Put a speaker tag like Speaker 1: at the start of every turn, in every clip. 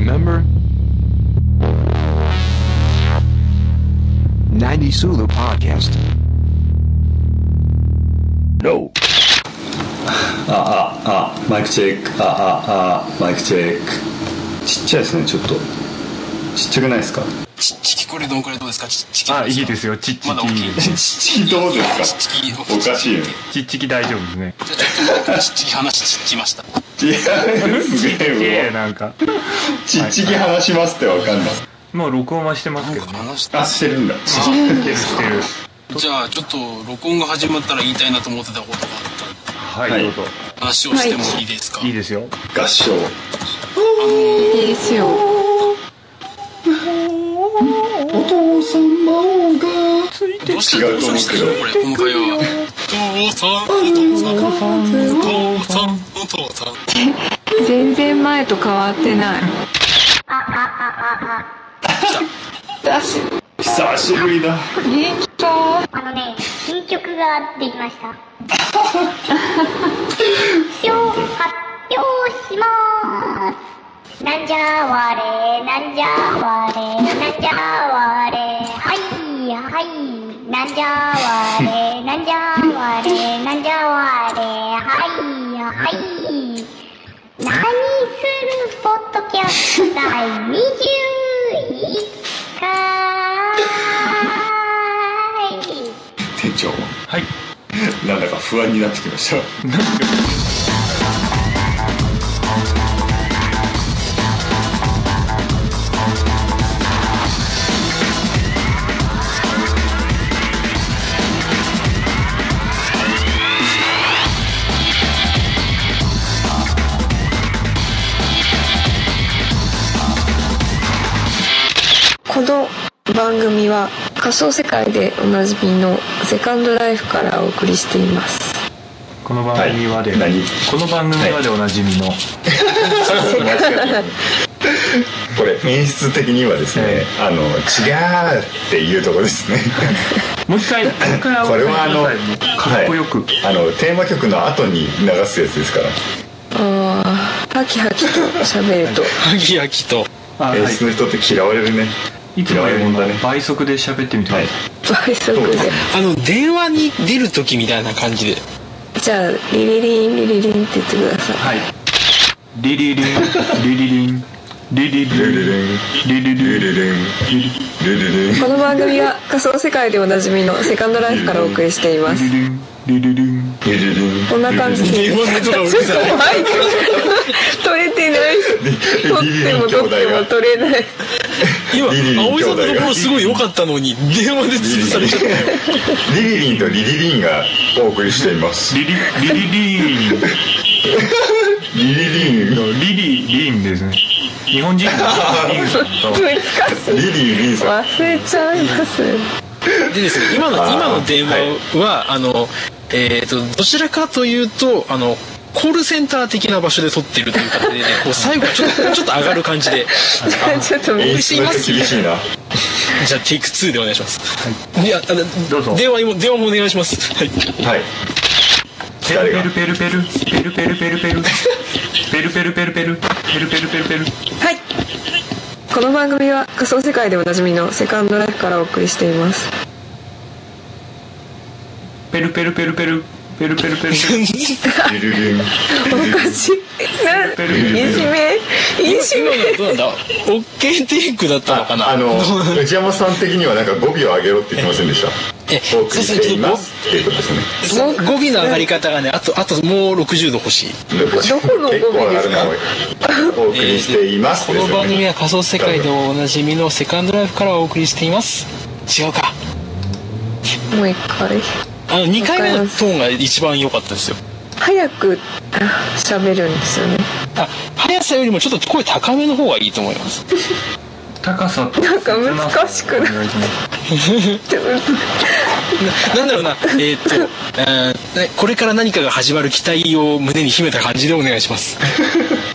Speaker 1: number 90 Sulu Podcast. No.
Speaker 2: あああマイクチェックあああマイクチェックちっちゃいですねちょっとちっちゃくないですか
Speaker 3: ちっちきこれどんくらいどうですかちっちき
Speaker 4: あ、いいですよ。ちっちき
Speaker 3: まだ大きい。ちっち
Speaker 2: きどうですか
Speaker 3: ちっちき
Speaker 2: おかしいよね
Speaker 4: ちっちき大丈夫ですね。
Speaker 3: じゃあちょっと僕ちっちき話しちきました
Speaker 2: いやす
Speaker 4: え
Speaker 2: げえ
Speaker 4: え
Speaker 2: もう
Speaker 4: なんか。
Speaker 2: ちっちき話しますってわかんない
Speaker 4: もう録音はしてます
Speaker 3: なん
Speaker 4: けど
Speaker 3: か。話し
Speaker 2: あ
Speaker 3: た
Speaker 2: してるんだ
Speaker 4: してるしてる。
Speaker 3: じゃあちょっと録音が始まったら言いたいなと思ってたことがあっ
Speaker 4: は、
Speaker 2: はいい
Speaker 4: どうぞ。
Speaker 3: たんで話をしてもいいですか、
Speaker 4: いいですよ。
Speaker 2: 合唱
Speaker 5: いいですよ。
Speaker 2: お父様が
Speaker 3: どうしてどうして
Speaker 2: 違うと
Speaker 3: こ
Speaker 2: 思
Speaker 3: れこの会話お父さんお父さんお父さんお父さん
Speaker 5: 全然前と変わってない。
Speaker 2: 久しぶりだ
Speaker 5: 元気か
Speaker 6: あのね、新曲ができました。発表、発表しまーす。なんじゃわれ、なんじゃわれ、なんじゃわれ。はい、はい。なんじゃわれ、なんじゃわれ、なんじゃわれ。はい、はい。何するポッドキャスト第21回。
Speaker 2: 店長
Speaker 4: はい。
Speaker 2: なんだか不安になってきました
Speaker 7: この番組は仮想世界でおなじみのセカンドライフからお送りしています
Speaker 4: この番組はで、
Speaker 2: はい何
Speaker 4: この番組はでおなじみの、
Speaker 2: これ演出的にはですねあの違うっていうとこですね
Speaker 4: もう一回、もう一回
Speaker 2: これはあの
Speaker 4: かっこよく。
Speaker 2: あのテーマ曲の後に流すやつですから
Speaker 7: ああハキハキと喋ると
Speaker 3: ハギハギと
Speaker 4: あは
Speaker 2: 演出の人って嫌われるね
Speaker 4: い。いつもより
Speaker 2: 嫌わ
Speaker 4: も
Speaker 2: れるんだね
Speaker 4: 倍速で喋ってみてくだ
Speaker 2: は
Speaker 4: さ
Speaker 2: い
Speaker 4: い。
Speaker 7: 倍速で
Speaker 3: あの電話に出る時みたいな感じで
Speaker 7: じゃあリリリンリリリンって言ってください
Speaker 4: はい。リリリン、リリリン、リリリン、リリリン、
Speaker 2: ルルンルルルン
Speaker 7: この番組は仮想世界でおなじみのセカンドライフからお送りしています
Speaker 4: リリリン、リリリン。
Speaker 2: ルルルン
Speaker 7: こんな感じでちょっとマイク 取れてない取っても取っても取れない
Speaker 3: 今
Speaker 2: リリリン
Speaker 3: 葵さんのとこ
Speaker 2: 兄弟
Speaker 3: ろ
Speaker 2: が
Speaker 3: すごい良かったのに電話で潰されちゃった
Speaker 2: リリリンとリリリンがお送りしています
Speaker 4: リリ、リリリン。
Speaker 2: リリリン
Speaker 4: リリリンですね。日本人のリンさんと
Speaker 7: 難しい
Speaker 2: リリリンさん
Speaker 7: 忘れちゃいます
Speaker 3: でですね、今の
Speaker 2: あー
Speaker 3: 今の電話は、あのえー、とどちらかというとあのコールセンター的な場所で撮ってるという形 で、ね、こう最後ちょっとちょっと上がる感じで
Speaker 7: ちょっと無
Speaker 2: 演
Speaker 7: 理
Speaker 2: 出の人厳しいな
Speaker 3: じゃあテイク2でお願いします、い、やあの
Speaker 4: どうぞ
Speaker 3: 電話も電話もお願いします、はい、
Speaker 2: はい
Speaker 4: ペルペルペルペルペルペルペルペルペルペルペルペルペルペルペルペル
Speaker 7: はいこの番組は仮想世界でおなじみのセカンドライフからお送りしています
Speaker 4: ペルペルペルペルペルペルペル
Speaker 2: リリリン
Speaker 7: おかしいなんいじめいじ
Speaker 3: 今
Speaker 7: め
Speaker 3: のどうなんだ OK テイクだったのかな
Speaker 2: あの内山さん的にはなんか語尾を上げろって言ってませんでした
Speaker 3: え
Speaker 2: お送りしていますっていうことですね
Speaker 3: そう語尾の上がり方がねあとあともう60度欲しい
Speaker 7: どこの語尾です
Speaker 2: 結構
Speaker 7: か
Speaker 2: 上がるなおいお送りしています
Speaker 3: こ
Speaker 2: ですよ
Speaker 3: の
Speaker 2: ね
Speaker 3: 番組は仮想世界でおなじみのセカンドライフからお送りしています違うか
Speaker 7: もう一回
Speaker 3: あの2回目のトーンが一番良かったですよ
Speaker 7: 早くあ喋るんですよね
Speaker 3: あ速さよりもちょっと声高めの方がいいと思います
Speaker 4: 高さと
Speaker 7: なんか難しくない
Speaker 3: ななんだろうなえーっとあーねこれから何かが始まる期待を胸に秘めた感じでお願いします、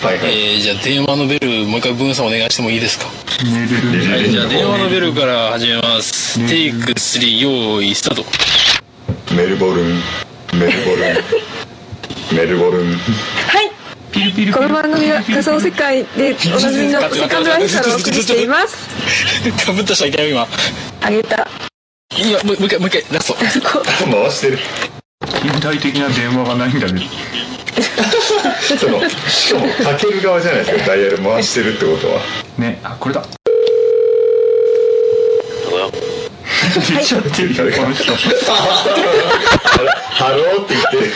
Speaker 2: はいはい
Speaker 3: えーじゃあ電話のベルもう一回ブンさんお願いしてもいいですか
Speaker 4: 寝るる
Speaker 3: はいじゃあ電話のベルから始めますテイク3用意ス タート
Speaker 2: メルボルンメルボルンメルボルン
Speaker 7: はい
Speaker 4: ピルピル
Speaker 7: こ
Speaker 4: ピ
Speaker 7: の
Speaker 4: ル
Speaker 7: 番組は仮想世界でおなじみのセカンドライフからお送りしています
Speaker 3: かぶった人はいたよ今
Speaker 7: あげた
Speaker 3: いやもうもう一回もう一回ラスト
Speaker 2: 回してる
Speaker 4: 引退的な電話がないんだけど
Speaker 2: そのしかもかける側じゃないですかダイヤル回してるってことは
Speaker 4: ねあこれだ
Speaker 2: ちょっと言ったらこの人ハローって言って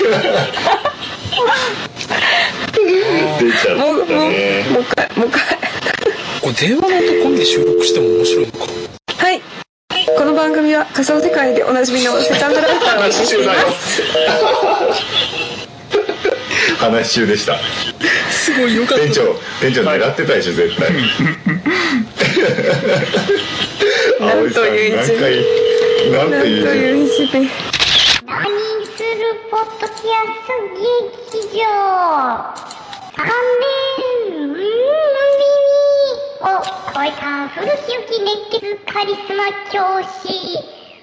Speaker 2: る出ちゃ
Speaker 7: もうも
Speaker 2: っ
Speaker 7: うもう
Speaker 2: たね
Speaker 7: 一回もう一回
Speaker 3: これ電話の音込みで収録しても面白いのか
Speaker 7: はいこの番組は仮想世界でおなじみのセカンドライフからお送りしています
Speaker 2: 話し中でした
Speaker 3: すごいよか っ
Speaker 2: 店長店長狙ってたでしょ絶 対
Speaker 7: なんという一
Speaker 2: 何
Speaker 7: 面なん
Speaker 2: 回
Speaker 7: と
Speaker 2: 何という
Speaker 7: いう一面
Speaker 6: 何するポッドキャスト劇場3年ぶりにを超えた古き良き熱血カリスマ教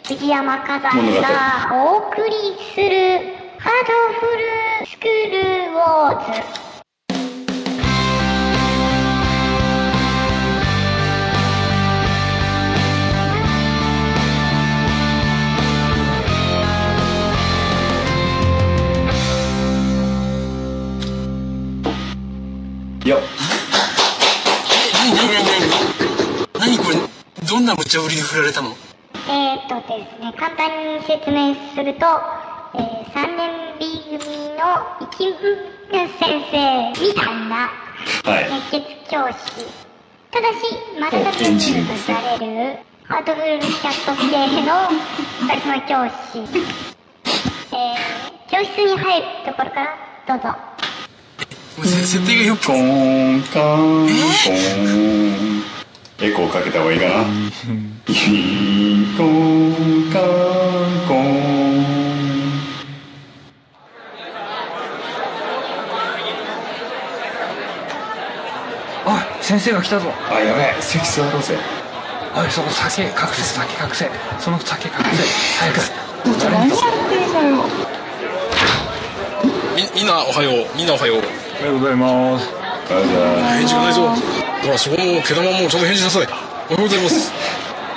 Speaker 6: 師藤山火山がお送りするハードフルスクールウォーズ
Speaker 2: よ
Speaker 3: 何これどんな無茶ぶりに振られたの
Speaker 6: えー、っとですね、簡単に説明すると、えー、3年 B 組の生き物先生みたいな
Speaker 2: はい
Speaker 6: 熱血教師。ただし、まだだけに隠される、ハートフルキャット系のカリスマ教師。えー、教室に入るところから、どうぞ。
Speaker 3: 設定がよく
Speaker 2: コーンカーンコーンエコーかけた方がいいかなコーンカーンコーン
Speaker 4: おい先生が来たぞ
Speaker 2: あやべえ席座ろうぜ
Speaker 4: おいそこ酒隠せ酒隠せその酒隠せ早く
Speaker 5: 何やってんだよ
Speaker 3: みみんなおはようみんなおはよう
Speaker 4: おはようございます
Speaker 2: あじゃあ
Speaker 3: 返事がないぞほらそこも毛玉もちゃんと返事なさいおはようございます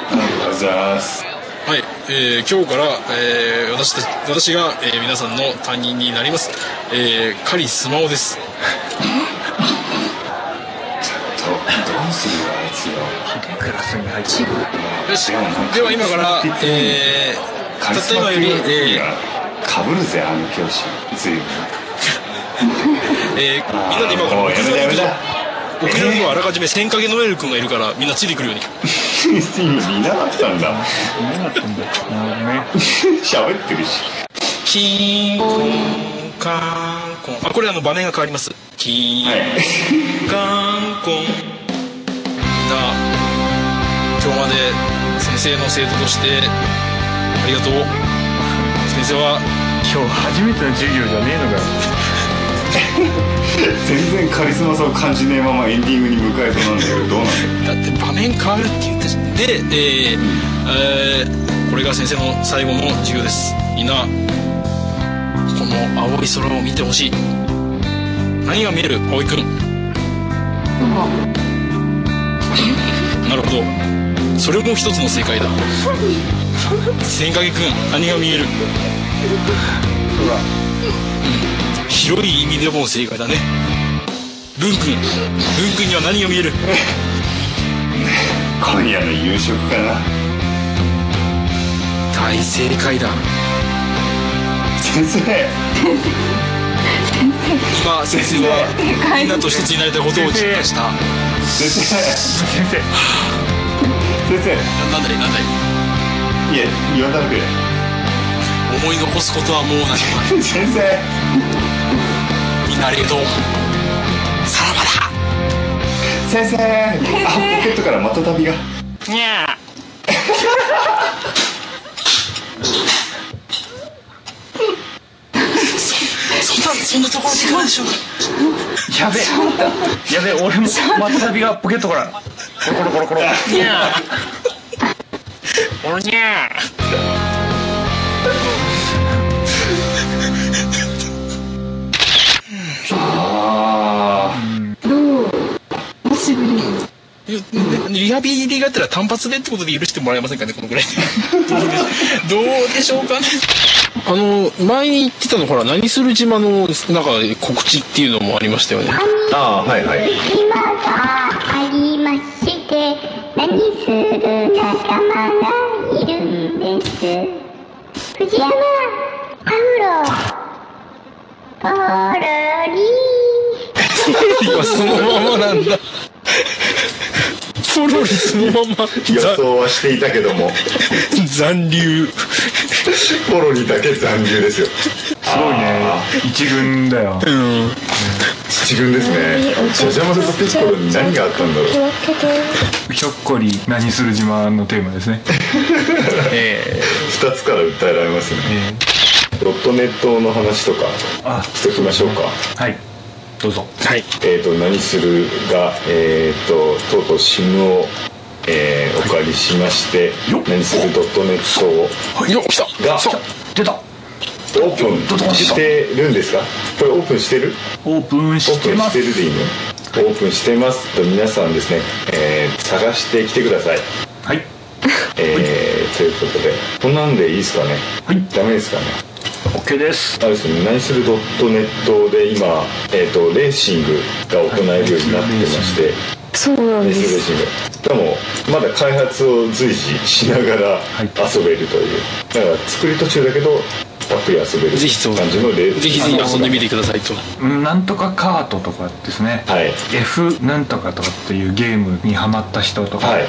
Speaker 2: ありがとうございます
Speaker 3: はい、えー今日から、えー私たち私が、えー皆さんの担任になります、えー、カリスマオです
Speaker 2: とどうするわあいつよ
Speaker 4: クラスに入って
Speaker 3: よしでは今から、えー、たった今より、えー
Speaker 2: かぶるぜあの教師ずいぶん
Speaker 3: えーみんなで今から
Speaker 2: お
Speaker 3: 屋
Speaker 2: いやめだやめだ
Speaker 3: 上にはあらかじめ千景ノエル君がいるからみんなついてくるように
Speaker 2: いなかったんだ 喋ってるし
Speaker 3: キーンコンカンコンあこれあの場面が変わりますキーンカンコンな今日まで先生の生徒としてありがとう先生は
Speaker 4: 今日初めての授業じゃねえのかよ
Speaker 2: 全然カリスマさを感じねえままエンディングに迎えそうなんだけどどうなんだよ
Speaker 3: だって場面変わるって言ったしで、えーえーこれが先生の最後の授業ですみんなこの青い空を見てほしい何が見える青井くんなるほどそれも一つの正解だ千景くん何が見えるうん広い意味でも正解だね文くん文くんには何が見える
Speaker 2: 今夜の夕食かな
Speaker 3: 大正解だ
Speaker 2: 先生
Speaker 3: 今先生はみんなと一つになりたいことを実感したな
Speaker 2: 先生
Speaker 4: 先生
Speaker 2: 先生
Speaker 3: なんだいなんだい
Speaker 2: いや言わなくて
Speaker 3: 思い残すことはもう何もない
Speaker 2: 先生
Speaker 3: みんなありがとうさらばだ
Speaker 2: 先生あポケットからまた旅が
Speaker 3: にゃあそそんなそんなところでいかがでしょうか
Speaker 4: やべえやべえ俺もまたたびがポケットからコロコロコロコロ
Speaker 3: にゃあおにゃあ
Speaker 2: あ
Speaker 8: リハビリがあったら単発でってことで許してもらえませんかね、この ぐらい。どうでしょうかね。
Speaker 3: あの、前に言ってたの、ほら、何する島の、なんか、告知っていうのもありましたよね。
Speaker 2: ああーはいはい
Speaker 6: 今がありまして何する仲間がいるんです藤山パウロポロリ
Speaker 3: 今、そのままなんだ。ポロリそのまま、
Speaker 2: 予
Speaker 3: ざ
Speaker 2: 想はしていたけども
Speaker 3: 残留。
Speaker 2: ポロリだけ残留ですよ
Speaker 4: すごいね一軍だよ
Speaker 3: うん。
Speaker 2: 七軍ですねじゃジャマセとピッコロに何があったんだろう
Speaker 4: ひょっこり何する島のテーマですね
Speaker 3: え
Speaker 2: 2つから訴えられますねロットネットの話とか
Speaker 4: あ
Speaker 2: しときましょうか
Speaker 4: はいどうぞ
Speaker 8: はい。
Speaker 2: えっ、と「何するが」えっ、ととうとうシムを、えーお借りしまして「何するドットネット」を
Speaker 8: よっ、来た
Speaker 2: が
Speaker 4: 出た
Speaker 2: オープンしてるんですかこれオープンしてる
Speaker 4: オープン
Speaker 2: オ
Speaker 4: し
Speaker 2: ープ
Speaker 4: て
Speaker 2: ン
Speaker 4: ま
Speaker 2: し
Speaker 4: す
Speaker 2: てるでいいのオープンしてますと皆さんですね、えー探してきてください
Speaker 4: はい
Speaker 2: えー、ということでこんなんでいいですかね
Speaker 4: はい
Speaker 2: ダメですかね
Speaker 4: OK です
Speaker 2: あれですね何する .net で今、えー、とレーシングが行えるようになってまして、
Speaker 7: そうなん
Speaker 2: レー
Speaker 7: で
Speaker 2: シングレー
Speaker 7: す
Speaker 2: シングでもまだ開発を随時しながら
Speaker 4: い
Speaker 2: 遊べるという、だから作り途中だけどたっぷり遊べる
Speaker 3: ぜひそう
Speaker 2: 感じのレー
Speaker 3: えぜひぜひ遊んでみてくださいと。
Speaker 4: うんなんとかカートとかですね
Speaker 2: はい
Speaker 4: F なんとかとかっていうゲームにハマった人とか、
Speaker 2: はい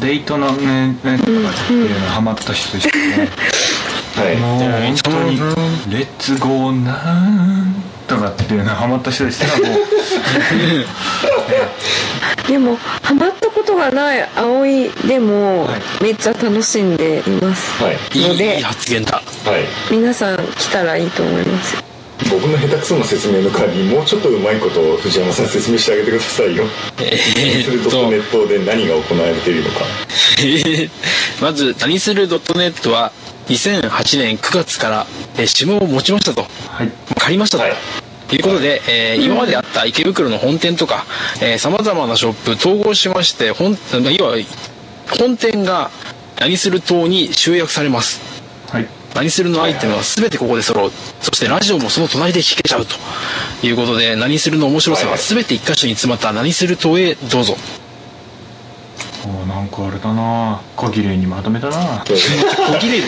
Speaker 4: デイトのねなんとかっていうのにハマった人ですよ ね
Speaker 2: はい
Speaker 4: もう本当に「レッツゴーなん」とかっていうのハマった人でしたらもう
Speaker 7: でもハマったことがない葵でも
Speaker 4: はい
Speaker 7: めっちゃ楽しんでいます
Speaker 2: はい
Speaker 3: い
Speaker 7: の
Speaker 3: いい
Speaker 7: で
Speaker 3: い発言だ。
Speaker 2: はい
Speaker 7: 皆さん来たらいいと思います
Speaker 2: 僕の下手くそな説明の代わりにもうちょっとうまいことを藤山さん説明してあげてくださいよ
Speaker 3: え
Speaker 2: する
Speaker 3: ーっ
Speaker 2: .net
Speaker 3: と、
Speaker 2: で何が行われているのか
Speaker 3: えーまず、何する .net は、2008年9月から、えー、シムを持ちましたと。
Speaker 4: はい
Speaker 3: 買いましたと、
Speaker 2: はい
Speaker 3: い、うことで、えー今まであった池袋の本店とかさまざまなショップ統合しまして本要は本店が何する島に集約されます
Speaker 4: はい
Speaker 3: 何するのアイテムは全てここで揃うそしてラジオもその隣で聴けちゃうということで何するの面白さが全て一箇所に詰まった何する島へどうぞ
Speaker 4: おーなんかあれだな小綺麗にまとめたな
Speaker 2: そうですね
Speaker 3: 小綺麗で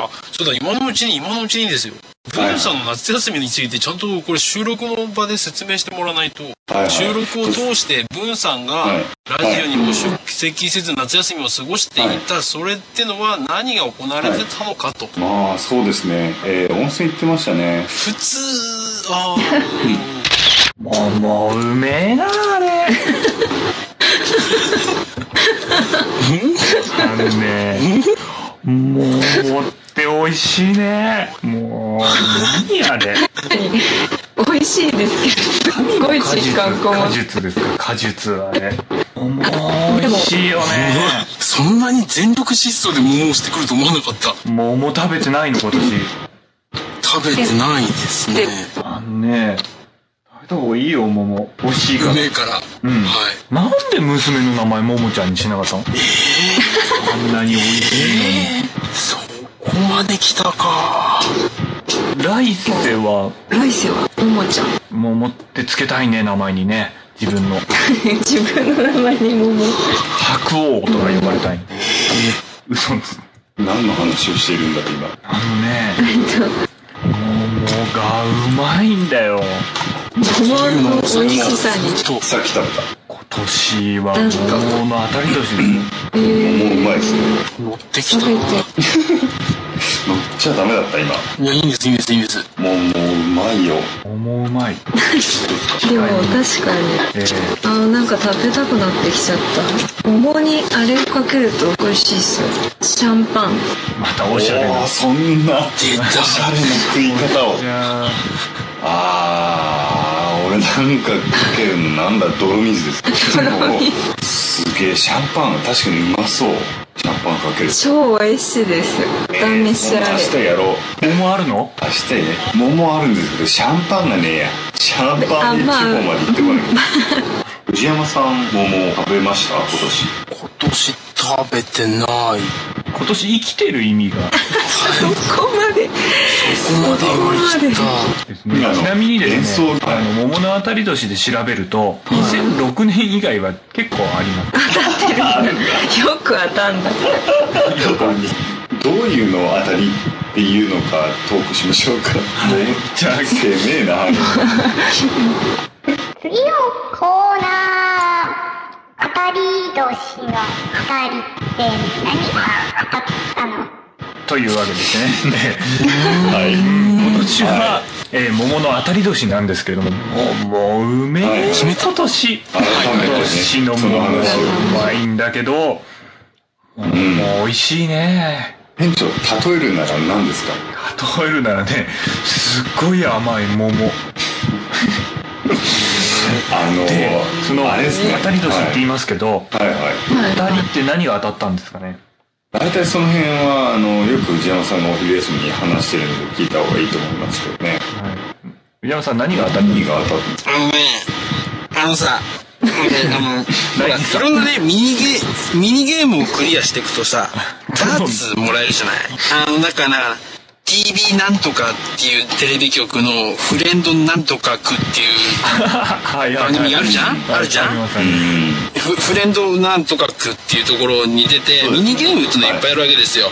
Speaker 3: あちょっと今のうちに今のうちにですよブーさんの夏休みについてちゃんとこれ収録の場で説明してもらわないと、
Speaker 2: はいはい
Speaker 3: 収録を通してブーさんが
Speaker 2: はい
Speaker 3: ラジオにご出席せず夏休みを過ごしていた、それってのは何が行われてたのかと、
Speaker 2: まあそうですね、えー温泉行ってましたね
Speaker 3: 普通あ
Speaker 4: もうもううめえなあれあのねもうって美味しいねもう何あれ
Speaker 7: 美味しいですけどすごい
Speaker 4: 果
Speaker 7: 実
Speaker 4: 実
Speaker 7: 感こもっ
Speaker 4: 果
Speaker 7: て
Speaker 4: 術ですか果術あれもう美味しいよね
Speaker 3: ーそんなに全力疾走で桃をしてくると思わなかった
Speaker 4: 桃食べてないの今年
Speaker 3: 食べてないですね
Speaker 4: あのね食べた方がいいよ桃美味しいから
Speaker 3: ねえから
Speaker 4: うんなんで娘の名前ももちゃんにしなかったのあんなに美味しい
Speaker 3: そこまで来たか
Speaker 4: のに来世は
Speaker 7: 来世はももちゃん
Speaker 4: 桃ってつけたいね名前にね自分の
Speaker 7: 自分の名前にもも
Speaker 4: 白王とか呼ばれたい嘘です
Speaker 2: 何の話をしているんだと今
Speaker 4: あのね桃がうまいんだよ
Speaker 7: 桃の美味しさに
Speaker 2: さっき食べた
Speaker 4: 今年は桃の当たり年ですよ
Speaker 2: もううまいですね
Speaker 3: 乗ってき
Speaker 7: 食
Speaker 3: た
Speaker 7: べ
Speaker 3: い
Speaker 7: て
Speaker 2: 乗っちゃダメだった今
Speaker 3: やいいんですいいんですいいんです
Speaker 2: もうもううまいよ
Speaker 4: 桃うまい
Speaker 7: でも確かに
Speaker 4: えー
Speaker 7: あーなんか食べたくなってきちゃった桃にあれをかけると美味しいっすよシャンパン
Speaker 4: またおしゃれな
Speaker 2: ーそんなおし
Speaker 3: 出た
Speaker 2: ゃれな食い方を
Speaker 4: じゃあ
Speaker 2: あー俺なんかかけるのなんだ泥水ですかもうすげえシャンパン確かにうまそうシャンパンかける
Speaker 7: 超美味しいです断
Speaker 2: えー
Speaker 7: 面しら
Speaker 2: 明
Speaker 7: れ
Speaker 2: 日やろう
Speaker 4: 桃あるの
Speaker 2: 明日ね桃あるんですけどシャンパンがねえやシャンパンに
Speaker 7: あまあ
Speaker 2: 地方まで行ってこない藤山さんももう食べました今年
Speaker 9: 今年食べてない
Speaker 4: 今年生きてる意味が
Speaker 7: ここまで
Speaker 9: そこまで言われてた
Speaker 4: ですねちなみにですね
Speaker 2: 幻想
Speaker 4: あの桃の当たり年で調べると2006年以外は結構あります
Speaker 7: よく当たんだ
Speaker 2: どういうのを当たりっていうのかトークしましょうかめっちゃせめえな
Speaker 6: 次のコーナー、当たり年の二人って何が当たったの
Speaker 4: というわけですね
Speaker 2: はい
Speaker 4: 今年は、えー桃の当たり年なんですけれどももうもううめ
Speaker 2: はい
Speaker 4: え
Speaker 2: はい
Speaker 4: 今年
Speaker 2: 改めて
Speaker 4: 今
Speaker 2: ね
Speaker 4: 年の
Speaker 2: そ
Speaker 4: 桃
Speaker 2: の
Speaker 4: はう
Speaker 2: 話を
Speaker 4: まいんだけどもう美味しいね
Speaker 2: 店長例えるなら何ですか
Speaker 4: 例えるならねすっごい甘い桃
Speaker 2: あの
Speaker 4: でその
Speaker 2: あれですね
Speaker 4: 当たり年って言い
Speaker 2: は
Speaker 4: ますけど、
Speaker 2: いはいはい
Speaker 4: 当たりって何が当たったんですかね
Speaker 2: 大体その辺はあのよく藤山さんのお昼休みに話してるんで聞いた方がいいと思いますけどね
Speaker 4: 藤山さん何が当たる
Speaker 2: 何が当たっ
Speaker 3: あのね、あのさ、ねあの、ほら
Speaker 4: 何さ
Speaker 3: いろんなね、ミニゲー、ミニゲームをクリアしていくとさ、ダーツもらえるじゃない。あの、だから、TV なんとかっていうテレビ局のフレンドなんとかくっていう
Speaker 4: はい
Speaker 3: 番組あるじゃんあるじゃん
Speaker 4: ります
Speaker 2: た
Speaker 4: ね
Speaker 2: う
Speaker 3: フ、フレンドなんとかくっていうところに出て、
Speaker 2: そうです
Speaker 3: ミ
Speaker 2: ね
Speaker 3: ニゲームってのいっぱいあるわけですよ。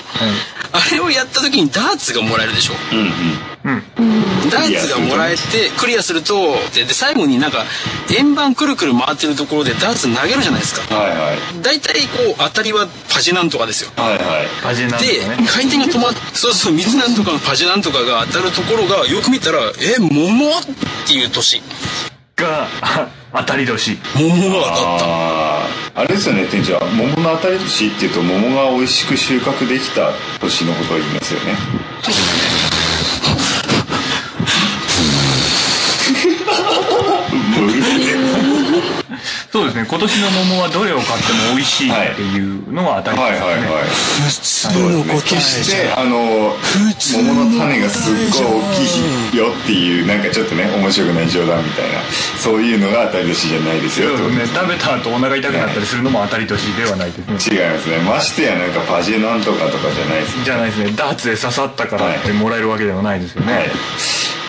Speaker 3: あれをやった時にダーツがもらえるでしょ。
Speaker 2: んうん
Speaker 4: うんうん
Speaker 3: ダーツがもらえてクリアするとでで最後になんか円盤くるくる回ってるところでダーツ投げるじゃないですか
Speaker 2: はいはい
Speaker 3: 大体こう当たりはパジなんとかですよ
Speaker 2: はいはい
Speaker 4: パジェなん
Speaker 3: で
Speaker 4: とかね
Speaker 3: 回転が止まってそうそう水なんとかのパジなんとかが当たるところがよく見たらえ桃っていう年
Speaker 4: があ当たり年
Speaker 3: 桃が当たっ
Speaker 2: あーあれですよね店長桃の当たり年っていうと桃が美味しく収穫できた年のことを言いますよ ね そうですね
Speaker 4: そうですね今年の桃はどれを買っても美味しいっていうのは当たり
Speaker 2: はい
Speaker 4: 年
Speaker 2: はい
Speaker 4: ですね
Speaker 2: はい
Speaker 3: た普通の答
Speaker 2: 決
Speaker 3: え
Speaker 2: し
Speaker 3: じ
Speaker 2: て
Speaker 3: ゃ
Speaker 2: あの
Speaker 3: 普通の
Speaker 2: 桃の種がすっごい大きいよっていうなんかちょっとね面白くない冗談みたいなそういうのが当たり年じゃないですよ
Speaker 4: そうですね
Speaker 2: ってこ
Speaker 4: 食べた後お腹痛くなったりするのも当たり年ではないですね
Speaker 2: と違いますねましてやなんかパジェなんとかとかじゃないです
Speaker 4: じゃないですねダーツで刺さったからってもらえるわけではないですよね、
Speaker 2: はい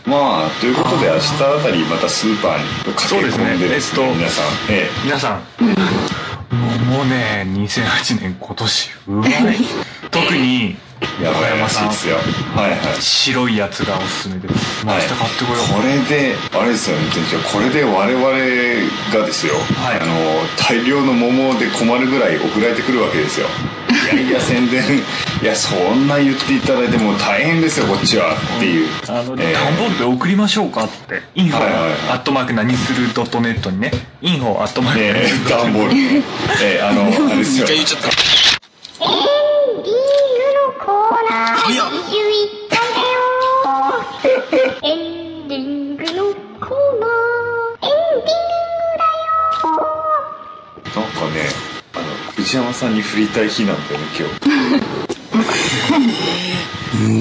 Speaker 2: まあということで明日あたりまたスーパーに
Speaker 4: そう
Speaker 2: 駆
Speaker 4: で
Speaker 2: け
Speaker 4: す
Speaker 2: 込
Speaker 4: ね
Speaker 2: んでですね
Speaker 4: えっと
Speaker 2: 皆さんええ
Speaker 4: 皆さん桃ね2008年今年うまい特に
Speaker 2: やばいらしいですよはいはい
Speaker 4: 白いやつがおすすめです明
Speaker 2: はい
Speaker 4: 日買ってこよう、
Speaker 2: これであれですよね店長これで我々がですよ、
Speaker 4: はい
Speaker 2: あの大量の桃で困るぐらい送られてくるわけですよいやいや宣伝 いやそんな言っていただいてもう大変ですよこっちはっていう
Speaker 4: あの、
Speaker 2: えー
Speaker 4: 段ボールで送りましょうかって、インフォ、
Speaker 2: はいはいはい
Speaker 4: アットマーク何するドットネットにね、インフォ、アットマーク
Speaker 2: え
Speaker 4: 何する
Speaker 2: ー、段ボールねえー、あのあれです
Speaker 3: 一
Speaker 2: よ
Speaker 3: 回言っちゃった
Speaker 6: エンディングのコーナー、
Speaker 3: 早っ
Speaker 6: 21回だよエンディングのコーナー、エンディングだよ
Speaker 2: なんかねあの藤山さんに振りたい日なんだよね今日
Speaker 3: 出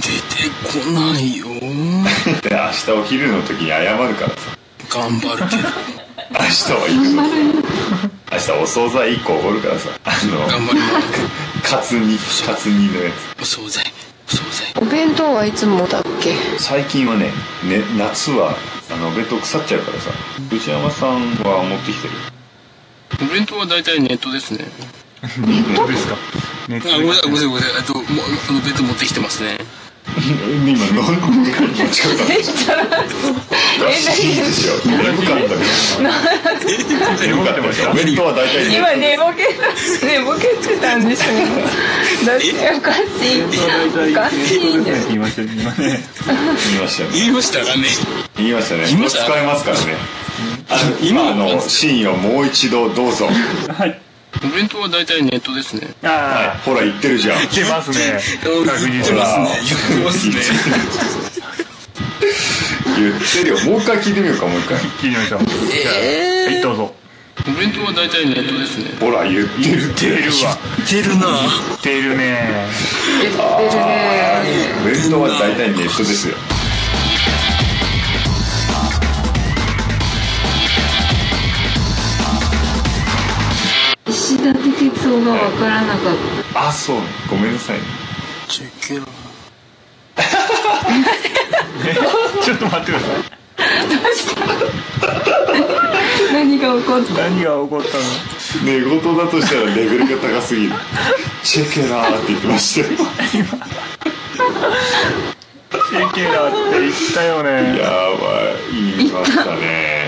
Speaker 3: てこないよ
Speaker 2: で明日お昼の時に謝るからさ
Speaker 3: 頑張るけど
Speaker 2: 明日は行くの明日お惣菜1個おごるからさあ
Speaker 3: 頑
Speaker 2: の
Speaker 3: 張りま
Speaker 2: カツ煮カツ煮のやつ
Speaker 3: すお惣菜お惣菜
Speaker 7: お弁当はいつもだっけ
Speaker 2: 最近はねね夏はあのお弁当腐っちゃうからさ内山さんは持ってきてる
Speaker 3: お弁当は大体ネットですね
Speaker 4: どうですかネッ
Speaker 3: あごめんなさいごめんなさいごめんなさいあともうあの弁当持ってきてますね
Speaker 2: 今飲んでる持ち方でしょ眠かったから眠かったでしょお弁当は大体ね
Speaker 7: 今寝ぼけ寝ぼけてたんでしょだっておかしいおかしいんだよ
Speaker 4: 言いましたね言いましたね
Speaker 2: 言いましたよね
Speaker 3: 言い
Speaker 2: 言い
Speaker 3: ましたがね
Speaker 2: ましたね
Speaker 3: 言いました
Speaker 2: 使えますからねあの今のシーンをもう一度どうぞ
Speaker 4: はい
Speaker 3: お弁当は大体ネットですね
Speaker 4: あ
Speaker 2: ほら言ってるじゃん
Speaker 4: ー来てますね確
Speaker 3: 言
Speaker 4: 認
Speaker 3: って
Speaker 4: し
Speaker 2: ほ
Speaker 3: ま
Speaker 4: ます
Speaker 2: ら
Speaker 3: すね言ってますね
Speaker 2: 言ってるよもう一回聞いてみようかもう一回
Speaker 4: 聞いてみましょうじゃあはいどうぞ
Speaker 3: お弁当は大体ネットですね
Speaker 2: ほら言ってるって
Speaker 4: 出るわ
Speaker 3: 出るな
Speaker 4: 出るね
Speaker 7: 言ってるね
Speaker 2: お弁当は大体ネットですよ
Speaker 6: エンディングだよ
Speaker 7: 実語が分からなかった
Speaker 2: あそうごめんなさいちょっと待ってください
Speaker 7: 何が起こった
Speaker 4: 何が起こったの
Speaker 2: 寝言だとしたらレベルが高すぎるチェケラーって言ってましたよ
Speaker 4: チェケラって言ったよね
Speaker 2: やばい言いましたね